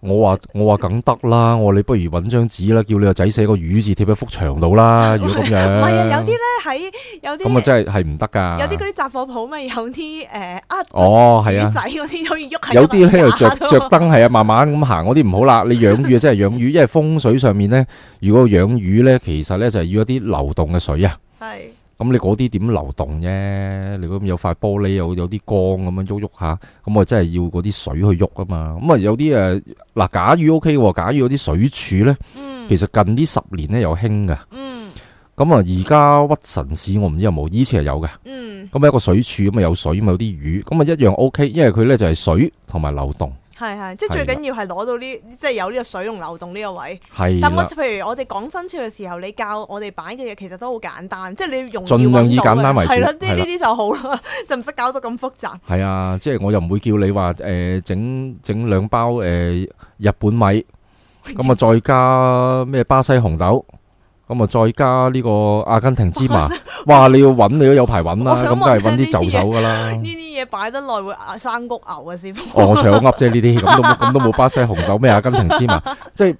我話我話梗得啦，我話你不如揾張紙啦，叫你個仔寫個魚字貼喺幅牆度啦。如果咁
唔
樣，
係啊，有啲咧喺有啲
咁啊真係係唔得噶。
有啲嗰啲雜貨鋪咪有啲誒呃
哦係
魚
啊，
仔嗰啲可以喐下
有啲咧
喐
又
下
着
㗎
着燈係啊，慢慢咁行嗰啲唔好啦。你養魚啊真係養魚，因為風水上面咧，如果養魚咧，其實咧就係要一啲流動嘅水啊。
係
咁你嗰啲點流動啫？你咁有塊玻璃啊有有啲光咁樣喐喐下，咁我真係要嗰啲水去喐啊嘛。咁啊有啲誒嗱假魚 O K 喎，假魚嗰啲水柱呢，
嗯
其實近呢十年呢有興嘅。
嗯
咁啊而家屈臣氏我唔知有冇，以前係有嘅。
嗯
咁啊一個水柱咁啊有水，咪有啲魚，咁啊一樣 O K，因為佢呢就係水同埋流動，
係係，即係最緊要係攞到呢，即係有呢個水龍流動呢個位。
係
但我
啦，
譬如我哋講生肖嘅時候，你教我哋擺嘅嘢其實都好簡單，即係你容易
盡量以簡單為主
係啦，呢
係啦
呢啲就好啦， 就唔使搞到咁複雜。
係啊，即係我又唔會叫你話誒整整兩包誒日本米。咁啊，再加咩巴西紅豆，咁啊，再加呢個阿根廷芝麻。哇！你要揾你都有排揾啦，
我想
咁梗係揾
問呢
啲
啲
就手噶啦。
呢啲嘢擺得耐會啊生谷牛啊，師傅。
哦，我長噏啫呢啲，咁都冇 咁都冇巴西紅豆咩阿根廷芝麻，即係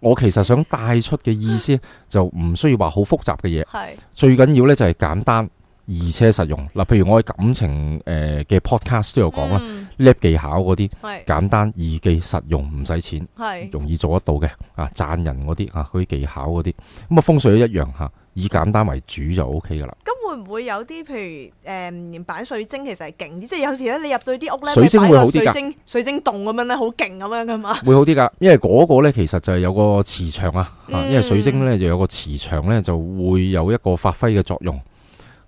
我其實想帶出嘅意思就唔需要話好複雜嘅嘢，
係
最緊要呢就係簡單而且實用。嗱，譬如我喺感情誒嘅 podcast 都有講啦，
嗯
叻技巧嗰啲
係
簡單易記實用，唔使錢。
係
容易做得到嘅啊，讚人嗰啲啊，嗰啲技巧嗰啲，咁啊風水都一樣嚇，以簡單為主就 O K 噶啦。
咁會唔會有啲譬如誒擺水晶其實係勁啲，即係有時咧你入到啲屋咧，
水晶
咪
會
擺
好
個
啲㗎
水晶水晶洞咁樣咧，好勁咁樣噶嘛。
會好啲噶，因為嗰個呢其實就係有個磁場啊，啊
嗯
因為水晶呢就有個磁場呢，就會有一個發揮嘅作用。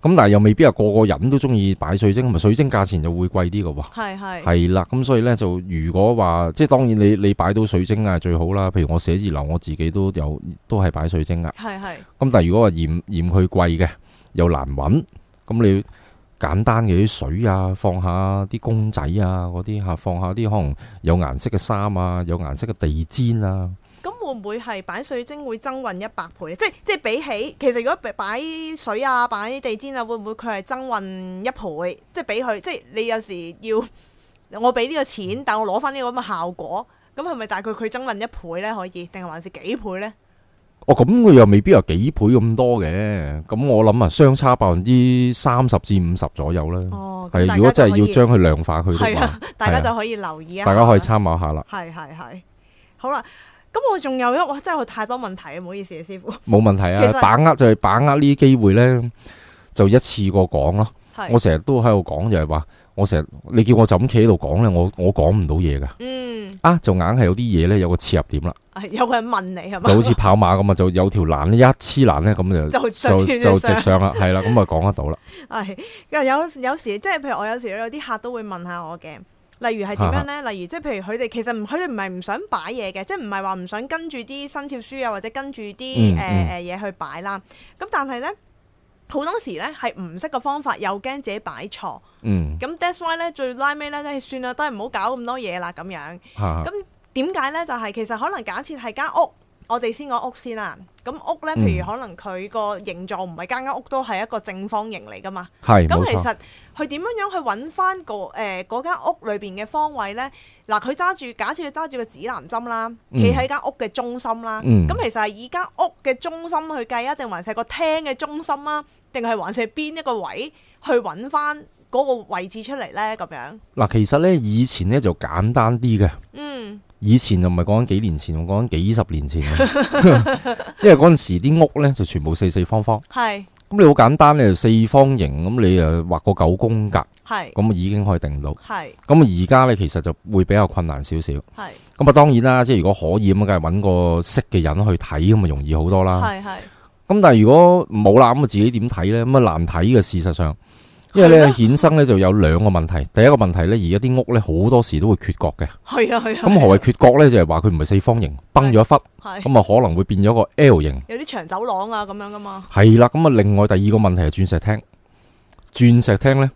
咁但係又未必係個個人都中意擺水晶，咁啊咪水晶價錢就會貴啲嘅喎。
係係
係啦，咁所以呢，就如果話即係當然你你擺到水晶啊最好啦，譬如我寫字樓我自己都有都係擺水晶啊。
係係
咁但係如果話嫌嫌佢貴嘅，又難揾，咁你簡單嘅啲水啊，放下啲公仔啊，嗰啲嚇，放下啲可能有顏色嘅衫啊，有顏色嘅地氈啊，
咁會唔會係擺水晶會增運一百倍咧？即係即係比起其實如果擺水啊、擺地氈啊，會唔會佢係增運一倍？即係俾佢，即係你有時要我俾呢個
嗯
錢，但我攞翻呢個咁嘅效果，咁係咪大概佢增運一倍咧？可以定係還是幾倍咧？
哦，咁佢又未必有幾倍咁多嘅，咁我諗啊，相差百分之三十至五十左右啦。
哦，咁
嗯係、
大
如果
家就
真係
可
要
以
將佢量化佢嘅
係
話
啊，，大家
係啊
就可以留意一下
大家可以
啦
參考下啦，
係係係，好啦，咁我仲有一哇，真係我太多問題啊，唔好意思啊，師傅，
冇問題
其
啊。
實
把握就係把握呢啲機會呢，就一次過講咯。我
係，
成日都喺度講就係話，我成日你叫我就咁企喺度講咧，我我講唔到嘢噶。
嗯，
啊，就硬係有啲嘢咧，有個切入點 啦，
係有個人問你係嘛，
就好似跑馬咁啊，就有條欄咧一黐欄咧，
就
咁就
就
就就直上啦，係啦，咁啊講得到啦。
係，有有有時即係譬如我有時有啲客都會問下我嘅。例如係點樣呢？例如即係譬如佢哋其實唔佢哋唔係唔想擺嘢嘅，即係唔係話唔想跟住啲生肖書啊，或者跟住啲誒
嗯
誒嘢去擺啦。咁但係呢，好多時呢係唔識個方法，又驚自己擺錯。
嗯，
咁 that's why 呢，最拉尾呢，即係算啦，都係唔好搞咁多嘢啦咁樣。
嚇
咁點解呢？就係、其實可能假設係間屋，我哋先講屋先啦。咁屋呢，
嗯
譬如可能佢個形狀唔係間間屋都係一個正方形嚟噶嘛。
係冇
咁其
錯，
實佢點樣樣去揾翻個誒嗰間屋裏邊嘅方位呢？嗱，佢揸住假設佢揸住個指南針啦，
嗯
企喺間屋嘅中心啦。咁、
嗯
其實係以間屋嘅中心去計啊，定還是係個廳嘅中心啊？定係還是係邊一個位去揾翻嗰個位置出嚟呢？咁樣，
嗱，其實咧以前咧就簡單啲嘅。
嗯，
以前就唔係講緊幾年前，我講緊幾十 年前啊因為嗰陣時啲屋咧就全部四四方方，
係
咁你好簡單，你就四方形，咁你誒畫個九宮格，
係
咁啊已經可以定到。
係
咁而家咧其實就會比較困難少少。
係
咁啊，當然啦，即係如果可以咁，梗係揾個識嘅人去睇，咁啊容易好多啦。
係係。
咁但係如果冇啦，咁啊自己點睇呢？咁啊難睇嘅事實上，因為
係
咧
咯
衍生咧就有兩個問題。第一個問題咧，而家啲屋咧好多時都會缺角嘅。
係啊係啊。
咁何謂缺角咧？就係話佢唔係四方形，崩咗一忽，
係？係
咁啊可能會變咗個 L 型。
有啲長走廊啊咁樣噶嘛。
係啦，咁啊另外第二個問題係鑽石廳，鑽石廳咧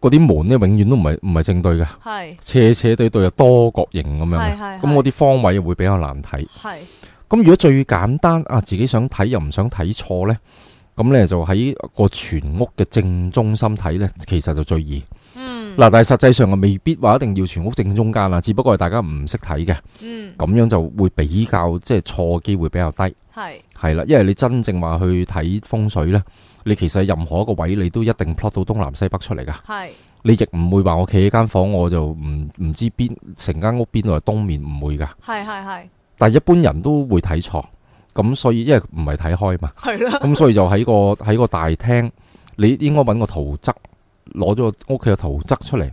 嗰啲門咧永遠都唔係唔係正對嘅，
係
斜斜對對啊多角形咁樣
係。
嘅
係。
咁嗰啲方位會比較難睇。
係
咁如果最簡單啊，自己想睇又唔想睇錯呢，咁咧就喺個全屋嘅正中心睇呢，其實就最易。
嗯
嗱、但係實際上啊，未必話一定要全屋正中間啦，只不過係大家唔識睇嘅，
嗯
咁樣就會比較即係錯嘅機會比較低。
係
係啦，因為你真正話去睇風水呢，你其實任何一個位你都一定 plot 到東南西北出嚟噶。
係
你亦唔會話我企喺間房我就唔唔知邊成間屋邊度係東面，唔會噶。
係係係
但係一般人都會睇錯，咁所以因為唔係睇開嘛，
係啦。
咁所以就喺個喺個大廳，你應該揾個圖則，攞咗個屋企嘅圖則出嚟，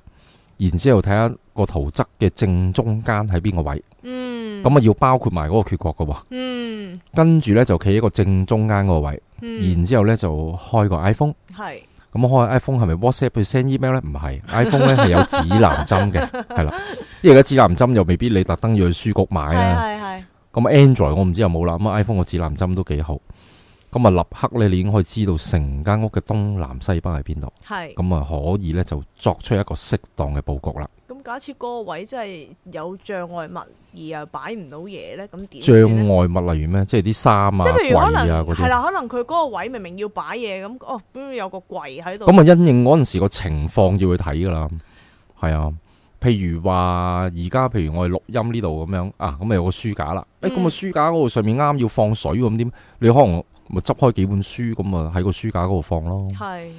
然之後睇下個圖則嘅正中間喺邊個位，
嗯
咁啊要包括埋嗰個缺角嘅喎，
嗯
跟住呢，就企喺個正中間嗰個位，
嗯
然之後呢，就開個 iPhone。
係
咁開 iPhone 係咪 WhatsApp 去 send email 呢？唔係 iPhone 呢係有指南 針嘅，係啦。因為而家指南針又未必你特登要去書局買
係
啊。
係係
咁 Android 我唔知有冇啦，咁啊 iPhone 個指南針都幾好。咁啊，立刻咧你已經可以知道成間屋嘅東南西北喺邊度，
係。
咁啊可以咧就作出一個適當嘅佈局啦。
咁假設嗰個位真係有障礙物而又擺唔到嘢咧，咁點
障
算呢？
礙物例如咩？即係啲衫啊、
即係譬如可
櫃啊
能
嗰
係
啲。
啦，可能佢嗰個位明明要擺嘢咁，哦，邊有個櫃喺度？
咁啊，因應嗰陣時個情況要去睇噶啦。係啊，譬如話而家譬如我哋錄音呢度咁樣啊，咁啊有個書架啦。誒、
嗯
咁啊書架嗰度上面啱要放水咁點？你可能咪執開幾本書咁啊喺個書架嗰度放咯。
係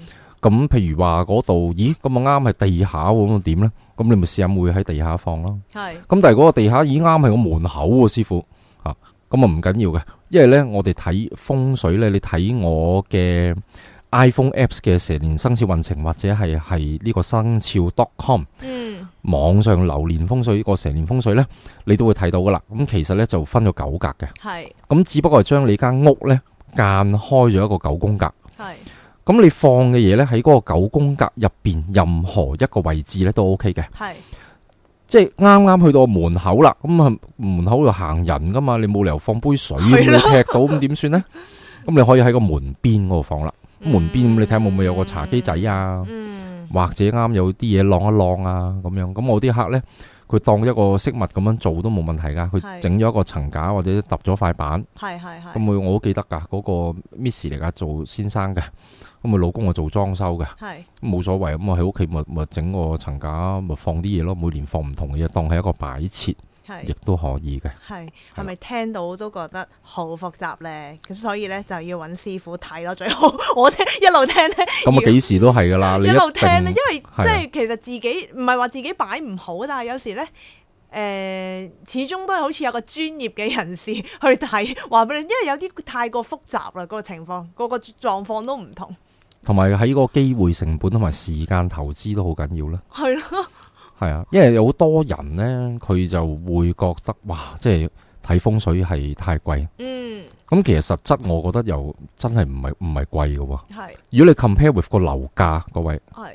咁譬如話嗰度，咦咁啊啱係地下喎，咁啊點呢？咁你咪試下會喺地下放咯。
係
咁但係嗰個地下已經啱係個門口喎，師傅啊，咁啊唔緊要嘅，因為呢，我哋睇風水呢，你睇我嘅 iPhone Apps 嘅蛇年生肖運程，或者係係呢個生肖 .com
嗯
網上流年風水個蛇年風水呢，你都會睇到噶啦。咁其實呢，就分咗九格嘅，
係
咁只不過係將你間屋呢間開咗一個九宮格。
係
咁你放嘅嘢呢，喺嗰個九宮格入邊任何一個位置呢都 OK 嘅，
係
即係啱啱去到門口啦，咁啊門口度行人噶嘛，你冇理由放杯水咁你
係
踢到咁點 算呢？咁你可以喺個門邊嗰度放啦，咁門邊咁你睇下會唔會有個茶幾仔啊，
嗯
或者啱有啲嘢晾一晾啊咁樣，咁我啲客呢，佢當一個飾物咁樣做都冇問題噶，佢
係
整咗一個層架或者揼咗塊板。
係係係
咁佢我好記得㗎，嗰、個 Miss 嚟㗎，做先生嘅，咁佢老公啊做裝修嘅，
係
冇所謂，咁我喺屋企咪咪整個層架，咪放啲嘢咯，每年放唔同嘅嘢，當係一個擺設，亦
係
都可以嘅。
係係咪聽到都覺得好複雜咧？咁所以咧就要揾師傅睇咯，最好 我聽一路聽咧，
咁啊幾時都係㗎啦，你
一路聽咧，
定
因為
係啊
即係其實自己唔係話自己擺唔好，但係有時咧。誒、始終都係好似有個專業嘅人士去睇，話俾你，因為有啲太過複雜啦，嗰、個情況，個個狀況都唔同，
同埋喺個機會成本同埋時間投資都好緊要啦。
係咯，
係啊，因為有好多人呢，佢就會覺得哇，即係睇風水係太貴。
嗯，
咁其實實質我覺得又真係唔係唔係貴嘅喎。
係
如果你 compare with 個樓價，各位。
係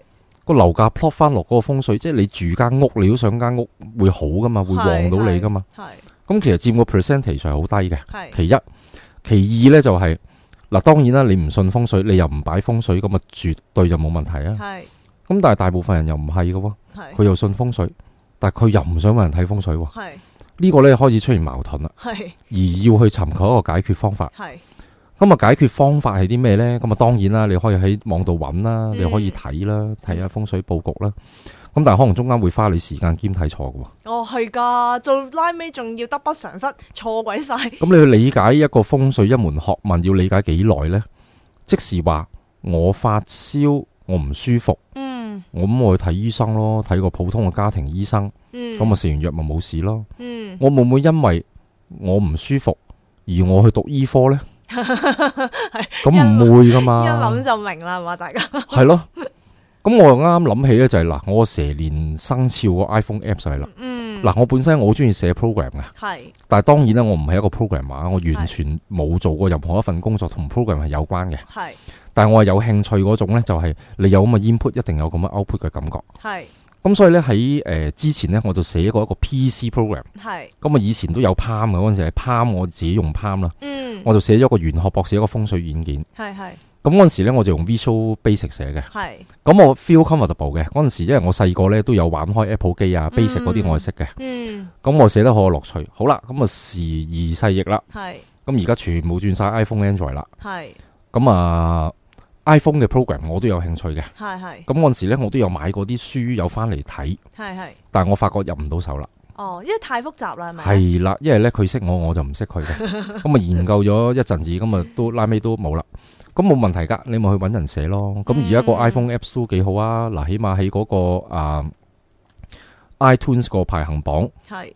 個樓價 plot 翻落嗰個風水，即係你住間屋，你都想間屋會好噶嘛，會旺到你噶嘛。
係
咁其實佔個 percentage 係好低嘅。
係
其一，其二呢就係、嗱，當然啦，你唔信風水，你又唔擺風水，咁啊絕對就冇問題啊。
係
咁但係大部分人又唔係嘅喎，
係
佢又信風水，但係佢又唔想揾人睇風水喎。
係
呢、個呢開始出現矛盾啦，
係
而要去尋求一個解決方法。
係
咁啊，解決方法係啲咩呢？咁啊，當然啦，你可以喺網度揾啦，
嗯
你可以睇啦，睇下風水佈局啦。咁但係可能中間會花你時間兼睇錯嘅喎。
哦，係噶，做拉尾仲要得不償失，錯鬼晒。
咁你去理解一個風水一門學問，要理解幾耐呢？即是話我發燒，我唔舒服，
嗯
我咁我去睇醫生咯，睇個普通嘅家庭醫生，
嗯，
咁啊食完藥咪冇事咯。
嗯
我會唔會因為我唔舒服而我去讀醫科呢？咁唔會噶嘛？
一諗就明啦，係嘛，大家
系咯。咁我又啱啱諗起咧，就係嗱，我蛇年生肖個 iPhone app 就係啦。
嗯
嗱，嗱，我本身我好中意寫 program 噶，
係
但係當然啦，我唔係一個 programmer，我啊完全冇做過任何一份工作同 program 係有關嘅。
係
但係我係有興趣嗰種咧，就係、你有咁嘅 input，一定有咁嘅 output 嘅感覺。
係
咁所以咧喺誒之前咧，我就寫過一個 PC program。
係，
咁啊，以前都有 Palm 嘅嗰陣時係 Palm，我自己用 Palm 啦，
嗯，
我就寫咗個玄學博士一個風水軟件。
係係
咁嗰陣時咧，我就用 Visual Basic 寫嘅。
係，
咁我 feel comfortable 嘅嗰陣時，因為我細個咧都有玩開 Apple 機啊、
嗯
Basic 嗰啲我係識嘅。
嗯
咁我寫得好有樂趣。好啦，咁啊時移世易啦。
係
咁而家全部轉晒 iPhone、Android 啦。
係
咁啊 iPhone 嘅 program 我都有興趣嘅。
係係
咁嗰陣時咧，我都有買過啲書有翻嚟睇，
係係，
但係我發覺入唔到手啦。
哦，因為太複雜啦，係咪？
係啦，因為咧佢識我，我就唔識 佢嘅。咁啊研究咗一陣子，咁啊都拉尾都冇啦。咁冇問題㗎，你咪去揾人寫咯。咁而家個
嗯
iPhone Apps 都幾好啊。嗱，起碼喺嗰個啊 iTunes 個排行榜
係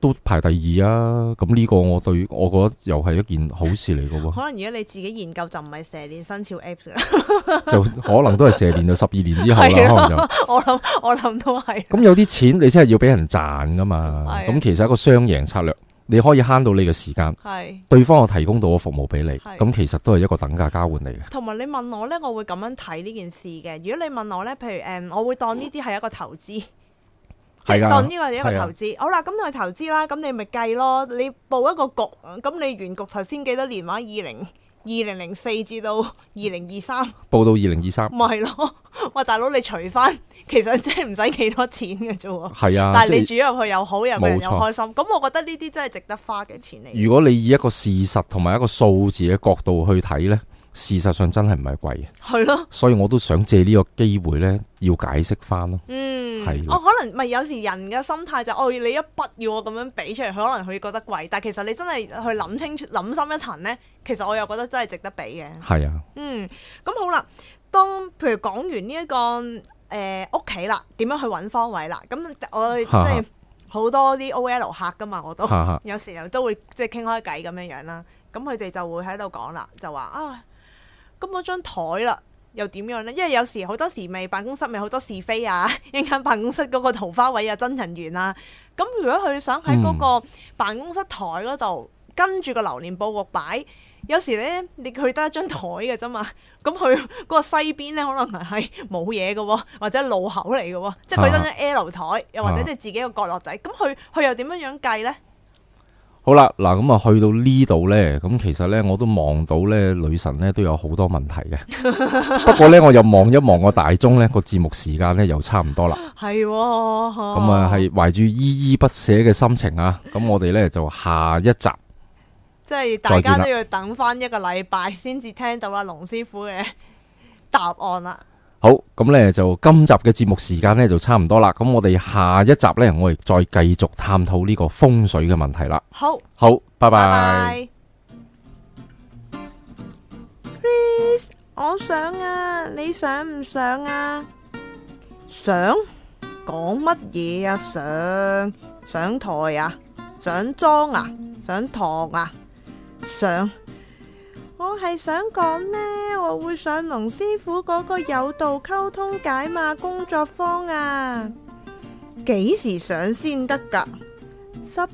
都排第二啊。咁呢個我對我覺得又係一件好事嚟嘅 喎，
可能如果你自己研究就唔係蛇年生肖 Apps 啦，
就可能都係蛇年到十二年之後啦，
係啊咯
可能就。
我諗我諗都係，
咁有啲錢你真係要俾人賺噶嘛
係啊？
咁其實一個雙贏策略，你可以慳到你嘅時間，
係。
對方又提供到個服務俾你，
係
咁其實都係一個等價交換嚟嘅。
同埋你問我呢，我會咁樣睇呢件事嘅。如果你問我呢，譬如誒、嗯我會當呢啲係一個投資，即
係
係
㗎
當呢個係一
係
個
啊
投資。好啦，咁你去投資啦，咁你咪計咯。你報一個局，咁你原局頭先幾多年話？二零二零零四至到二零二三，
報到二零二三，
咪係咯？ 哇，大佬你除翻， 其實真係唔使幾多錢嘅啫喎。
係啊，
但係你
即
煮入去又好，又個人
冇
又
錯嗯
開心，咁我覺得呢啲真係值得花嘅錢嚟嘅。
係如果你以一個事實同埋一個數字嘅角度去睇呢，事實上真係唔係貴嘅，
係咯。
所以我都想借呢個機會呢，要解釋翻咯。
嗯，
係啦
我可能咪有時人嘅心態就哦，你一筆要我咁樣俾出嚟，佢可能佢覺得貴，但其實你真係去諗清楚、諗深一層呢，其實我又覺得真係值得俾嘅。
係啊，
嗯，咁好啦，當譬如講完呢、一個誒屋企啦，點樣去揾方位啦，咁我哋即
哈哈
係好多啲 OL 客噶嘛，我都。
哈哈，
有時候都會即係傾開偈咁樣樣啦。咁佢哋就會喺度講啦，就話啊，咁嗰張台啦。又點樣呢？因為有時好多時咪辦公室咪好多是非啊， 一間辦公室嗰個桃花位啊、真人緣啊。咁如果佢想喺嗰個辦公室台嗰度跟住個流年佈局擺，有時呢，你佢得一張台嘅啫嘛。 咁佢嗰個西邊呢，可能係冇嘢嘅喎，或者路口嚟嘅喎，即係佢得張 L 台，又或者即係自己個角落仔。咁佢佢又點樣樣計呢？
好啦，嗱咁啊，去到呢度呢，咁其實呢，我都望到呢女神呢都有好多問題嘅。 不過呢，我又望一望個大鐘呢個節目時間呢，又差唔多啦。
係喎，
咁
咁
啊，係懷住依依不捨嘅心情啊，咁我哋呢就下一集
即係大家
再見啦
都要等翻一個禮拜先至聽到阿龍師傅嘅答案啦。
好，咁呢就今集嘅節目時間呢就差唔多啦，咁我哋下一集呢，我哋再繼續探討呢個風水嘅問題啦。
好，
好，拜
拜
拜。
拜。Please，我想啊，你想唔想啊？想講乜嘢啊？上上台啊？上妝啊？上堂啊？上。我係想講呢，我會上龍師傅嗰個有道溝通解碼工作坊啊，幾時上先得㗎？十一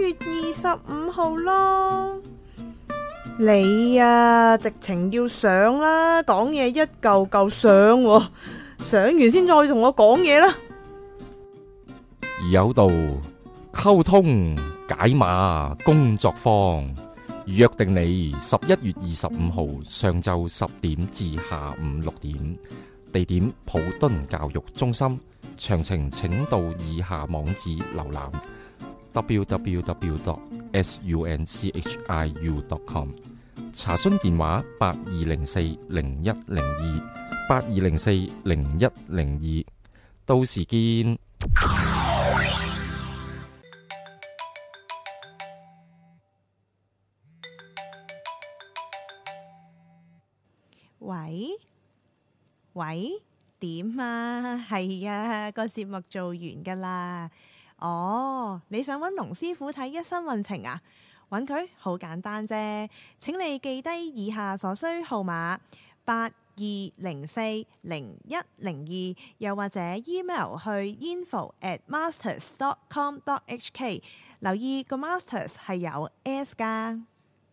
月二十五號咯。你啊，直情要上啦，講嘢一嚿嚿上喎、上完先再同我講嘢啦。
而有道溝通解碼工作坊，約定你十一月二十五號上晝十點至下午六點，地點普敦教育中心。詳情請到以下網址瀏覽 www.sunchiu.com。查詢電話八二零四零一零二八二零四零一零二，到時見。
喂喂，點啊？ 係啊，個節目做完噶啦。哦，你想揾龍師傅睇一生運程啊？揾佢好簡單啫。請你記低以下所需號碼：八二零四零一零二，又或者 email 去 info at masters dot com dot hk。留意個 masters 係有 s 㗎。